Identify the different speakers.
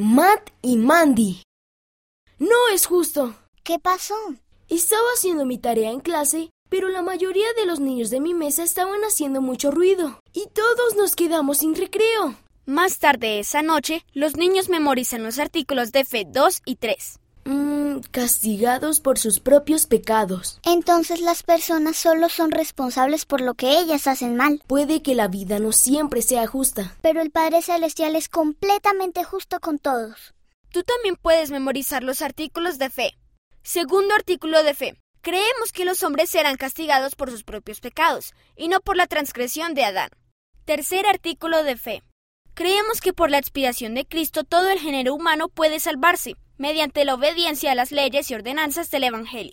Speaker 1: Matt y Mandy. No es justo.
Speaker 2: ¿Qué pasó?
Speaker 1: Estaba haciendo mi tarea en clase, pero la mayoría de los niños de mi mesa estaban haciendo mucho ruido, y todos nos quedamos sin recreo.
Speaker 3: Más tarde esa noche, los niños memorizan los artículos de fe 2 y 3.
Speaker 1: Mm, castigados por sus propios pecados.
Speaker 2: Entonces las personas solo son responsables por lo que ellas hacen mal.
Speaker 1: Puede que la vida no siempre sea justa.
Speaker 2: Pero el Padre Celestial es completamente justo con todos.
Speaker 3: Tú también puedes memorizar los artículos de fe. Segundo artículo de fe. Creemos que los hombres serán castigados por sus propios pecados y no por la transgresión de Adán. Tercer artículo de fe. Creemos que por la expiación de Cristo todo el género humano puede salvarse mediante la obediencia a las leyes y ordenanzas del Evangelio.